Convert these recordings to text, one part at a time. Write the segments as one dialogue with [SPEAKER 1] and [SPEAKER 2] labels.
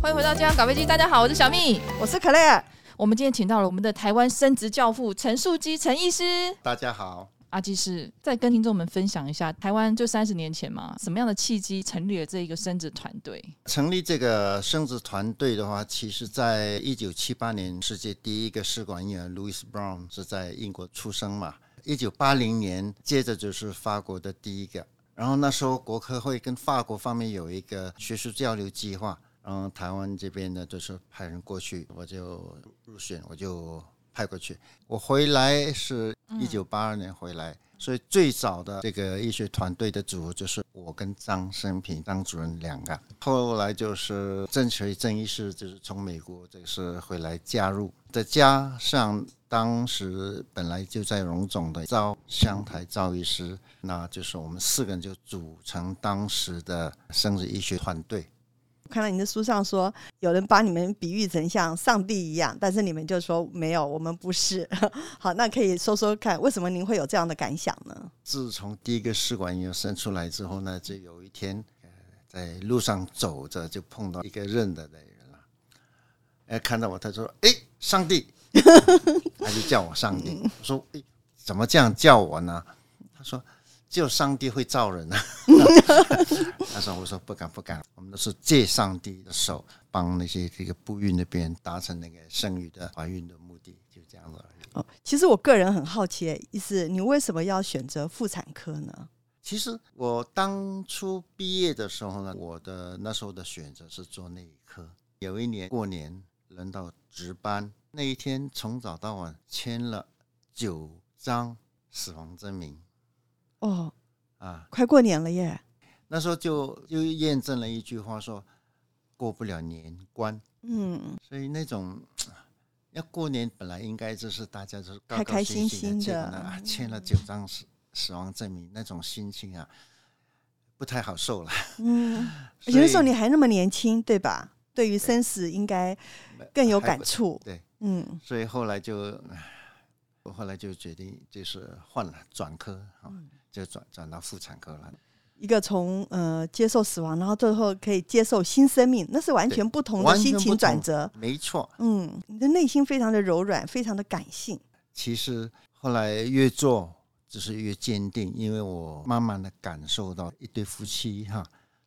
[SPEAKER 1] 欢迎回到《健康搞飞机》，大家好，我是小蜜。
[SPEAKER 2] 我是 Clare，
[SPEAKER 1] 我们今天请到了我们的台湾生殖教父陈树基陈医师。
[SPEAKER 3] 大家好，
[SPEAKER 1] 阿基师，再跟听众们分享一下，台湾就三十年前嘛，什么样的契机成立了这一个生殖团队？
[SPEAKER 3] 成立这个生殖团队的话，其实在一九七八年，世界第一个试管婴儿 Louis Brown 是在英国出生嘛。一九八零年，接着就是法国的第一个。然后那时候国科会跟法国方面有一个学术交流计划，然后台湾这边呢就是派人过去，我就入选，我就派过去。我回来是一九八二年回来，所以最早的这个医学团队的组合就是我跟张生平张主任两个，后来就是郑锤郑医师就是从美国这个是回来加入，再加上当时本来就在荣总的赵湘台赵医师，那就是我们四个人就组成当时的生殖医学团队。
[SPEAKER 2] 我看到你的书上说，有人把你们比喻成像上帝一样，但是你们就说没有，我们不是。 好，那可以说说看，为什么您会有这样的感想呢？
[SPEAKER 3] 自从第一个试管婴儿生出来之后呢，就有一天，呃在路上走着就碰到一个认得的人了，哎，看到我，他说：“哎，上帝！” 他就叫我上帝。我说：“哎，怎么这样叫我呢？”他说：“只有上帝会造人啊。” 他说：“我说不敢不敢，我们都是借上帝的手，帮那些这个不孕的别人达成那个生育的怀孕的目的，就这样子而已。”
[SPEAKER 2] 哦，其实我个人很好奇，意思你为什么要选择妇产科呢？
[SPEAKER 3] 其实我当初毕业的时候呢，我的那时候的选择是做内科。有一年过年轮到值班，那一天从早到晚签了九张死亡证明
[SPEAKER 2] 哦，
[SPEAKER 3] 啊。
[SPEAKER 2] 快过年了耶，
[SPEAKER 3] 那时候就又验证了一句话说，过不了年关。
[SPEAKER 2] 嗯，
[SPEAKER 3] 所以那种要过年本来应该就是大家就是高
[SPEAKER 2] 开
[SPEAKER 3] 高
[SPEAKER 2] 开
[SPEAKER 3] 兴
[SPEAKER 2] 心嗯
[SPEAKER 3] 的，结
[SPEAKER 2] 心
[SPEAKER 3] 果
[SPEAKER 2] 的
[SPEAKER 3] 呢啊签了九张死死亡证明，那种心情啊不太好受了。
[SPEAKER 2] 嗯，
[SPEAKER 3] 所以
[SPEAKER 2] 有的时候你还那么年轻，对吧？对于生死应该更有感触。
[SPEAKER 3] 对，
[SPEAKER 2] 嗯，
[SPEAKER 3] 呃所以后来就，唉我后来就决定就是换了转科啊，
[SPEAKER 2] 嗯
[SPEAKER 3] 就转转到妇产科了，
[SPEAKER 2] 一个从呃接受死亡，然后最后可以接受新生命，那是完全不同的
[SPEAKER 3] 完全
[SPEAKER 2] 心
[SPEAKER 3] 不
[SPEAKER 2] 情转
[SPEAKER 3] 同
[SPEAKER 2] 折。
[SPEAKER 3] 没错。
[SPEAKER 2] 嗯，你的内心非常的柔软，非常的感性。
[SPEAKER 3] 其实后来越做就是越坚定，因为我慢慢的感受到一对夫妻哈，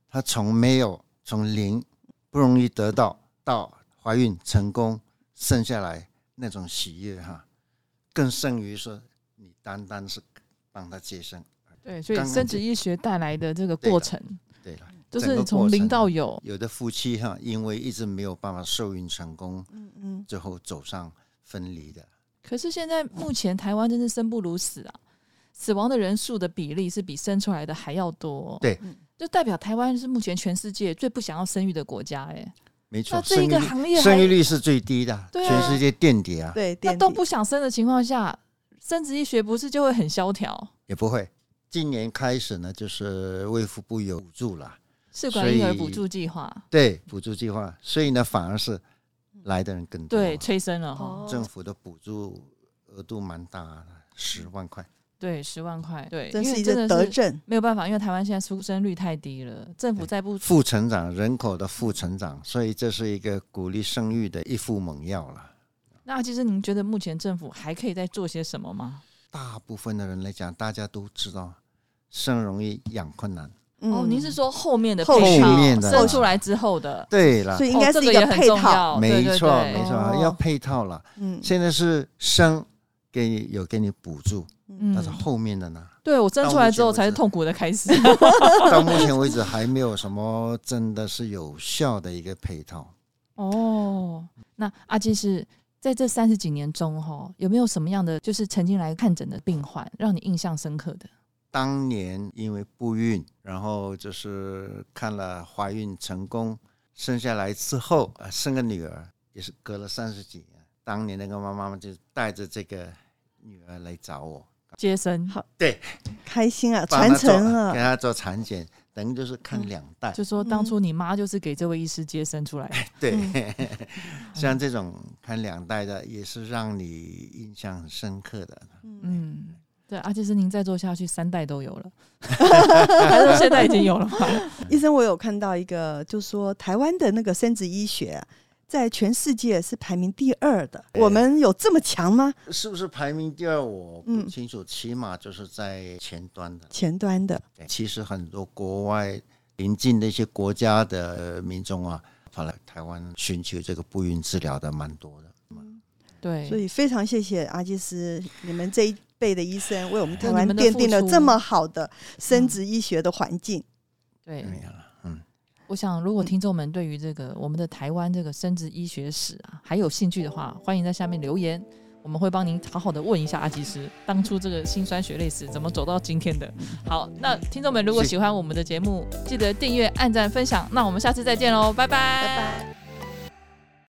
[SPEAKER 3] 他从没有从零不容易得到到怀孕成功生下来那种喜悦哈，更胜于说你单单是帮他接生。
[SPEAKER 1] 对，所以
[SPEAKER 3] 刚刚
[SPEAKER 1] 生殖医学带来的这个
[SPEAKER 3] 对
[SPEAKER 1] 过
[SPEAKER 3] 的
[SPEAKER 1] 程，
[SPEAKER 3] 对了，
[SPEAKER 1] 就是
[SPEAKER 3] 整
[SPEAKER 1] 你
[SPEAKER 3] 个
[SPEAKER 1] 从
[SPEAKER 3] 过
[SPEAKER 1] 零
[SPEAKER 3] 程
[SPEAKER 1] 到有，
[SPEAKER 3] 有的夫妻哈，因为一直没有办法受孕成功，
[SPEAKER 2] 嗯嗯，
[SPEAKER 3] 最后走上分离的。
[SPEAKER 1] 可是现在目前台湾真是生不如死啊，死亡的人数的比例是比生出来的还要多。
[SPEAKER 3] 对
[SPEAKER 2] 嗯，
[SPEAKER 1] 就代表台湾是目前全世界最不想要生育的国家、哎，
[SPEAKER 3] 没错，
[SPEAKER 1] 那这一个
[SPEAKER 3] 生育率
[SPEAKER 1] 行业还
[SPEAKER 3] 生育率是最低的，
[SPEAKER 1] 对啊
[SPEAKER 3] 全世界垫底啊，
[SPEAKER 2] 对，
[SPEAKER 1] 那
[SPEAKER 2] 点
[SPEAKER 1] 都
[SPEAKER 2] 底
[SPEAKER 1] 不想生的情况下，生殖医学不是就会很萧条？
[SPEAKER 3] 也不会。今年开始呢，就是卫福部有补助了，
[SPEAKER 1] 试管
[SPEAKER 3] 所以
[SPEAKER 1] 婴儿补助计划，
[SPEAKER 3] 对补助计划，所以呢，反而是来的人更多。啊
[SPEAKER 1] 对，催生了哈，
[SPEAKER 2] 哦
[SPEAKER 3] 政府的补助额度蛮大的，十
[SPEAKER 1] 嗯
[SPEAKER 3] 万块。
[SPEAKER 1] 对，十万块，对，
[SPEAKER 2] 真
[SPEAKER 1] 因
[SPEAKER 2] 是
[SPEAKER 1] 为
[SPEAKER 2] 一
[SPEAKER 1] 真
[SPEAKER 2] 个
[SPEAKER 1] 的
[SPEAKER 2] 德
[SPEAKER 1] 是
[SPEAKER 2] 政。
[SPEAKER 1] 没有办法，因为台湾现在出生率太低了，政府
[SPEAKER 3] 对
[SPEAKER 1] 再不
[SPEAKER 3] 负成长人口的负成长，所以这是一个鼓励生育的一副猛药了。
[SPEAKER 1] 那其实您觉得目前政府还可以再做些什么吗？
[SPEAKER 3] 大部分的人来讲，大家都知道，生容易养困难。
[SPEAKER 2] 嗯
[SPEAKER 1] 哦，您是说后面的
[SPEAKER 2] 后
[SPEAKER 1] 配
[SPEAKER 2] 续
[SPEAKER 1] 套
[SPEAKER 2] 后
[SPEAKER 3] 面的
[SPEAKER 1] 生出来之后的，
[SPEAKER 3] 对了
[SPEAKER 2] 所，以应
[SPEAKER 1] 哦
[SPEAKER 2] 该
[SPEAKER 1] 这
[SPEAKER 2] 是一
[SPEAKER 1] 也很
[SPEAKER 2] 配
[SPEAKER 1] 重
[SPEAKER 2] 套。
[SPEAKER 1] 要，
[SPEAKER 3] 没
[SPEAKER 1] 哦对
[SPEAKER 3] 错
[SPEAKER 1] 对
[SPEAKER 3] 没错，
[SPEAKER 2] 哦
[SPEAKER 3] 要配套了。
[SPEAKER 2] 嗯
[SPEAKER 3] 现在是生给你有给你补助，但是
[SPEAKER 1] 嗯，
[SPEAKER 3] 后面的呢？
[SPEAKER 1] 对我生出来之后
[SPEAKER 3] 到目前为止
[SPEAKER 1] 才是痛苦的开 始。
[SPEAKER 3] 到目前为止还没有什么真的是有效的一个配套。
[SPEAKER 1] 哦，那阿基是在这三十几年中，哈，有没有什么样的就是曾经来看诊的病患让你印象深刻的？
[SPEAKER 3] 当年因为不孕，然后就是看了怀孕成功，生下来之后，呃，生个女儿，也是隔了三十几年。当年那个妈妈就带着这个女儿来找我，
[SPEAKER 1] 接生
[SPEAKER 2] 好开心啊，
[SPEAKER 3] 帮
[SPEAKER 2] 传
[SPEAKER 3] 他做
[SPEAKER 2] 承
[SPEAKER 3] 给
[SPEAKER 2] 了。
[SPEAKER 3] 他做产检，等于就是看两代。
[SPEAKER 1] 就说当初你妈就是给这位医师接生出来的，
[SPEAKER 3] 对，
[SPEAKER 2] 嗯
[SPEAKER 3] 像这种看两代的，也是让你印象很深刻的。
[SPEAKER 2] 嗯，
[SPEAKER 1] 嗯，对，阿基斯您再做下去，三代都有了， 还是现在已经有了吗？
[SPEAKER 2] 医生，我有看到一个，就说台湾的那个生殖医学。在全世界是排名第二的，
[SPEAKER 3] 哎
[SPEAKER 2] 我们有这么强吗？
[SPEAKER 3] 是不是排名第二？我不
[SPEAKER 2] 嗯
[SPEAKER 3] 清楚，起码就是在前端的。
[SPEAKER 2] 前端的，
[SPEAKER 3] 对其实很多国外邻近的一些国家的呃民众啊，跑来台湾寻求这个不孕治疗的蛮多的。
[SPEAKER 1] 对，
[SPEAKER 2] 所以非常谢谢阿基斯，你们这一辈的医生为我们台
[SPEAKER 1] 对你
[SPEAKER 2] 湾
[SPEAKER 1] 们的
[SPEAKER 2] 奠定了
[SPEAKER 1] 付出
[SPEAKER 2] 这么好的生殖医学的环境。
[SPEAKER 1] 对，
[SPEAKER 3] 怎么样了？嗯，
[SPEAKER 1] 我想如果听众们对于这个我们的台湾这个生殖医学史啊还有兴趣的话，欢迎在下面留言，我们会帮您好好的问一下阿基师当初这个辛酸血泪史怎么走到今天的。好，那听众们如果
[SPEAKER 3] 谢谢
[SPEAKER 1] 喜欢我们的节目，记得订阅、按赞、分享，那我们下次再见喽，拜拜
[SPEAKER 2] 拜拜。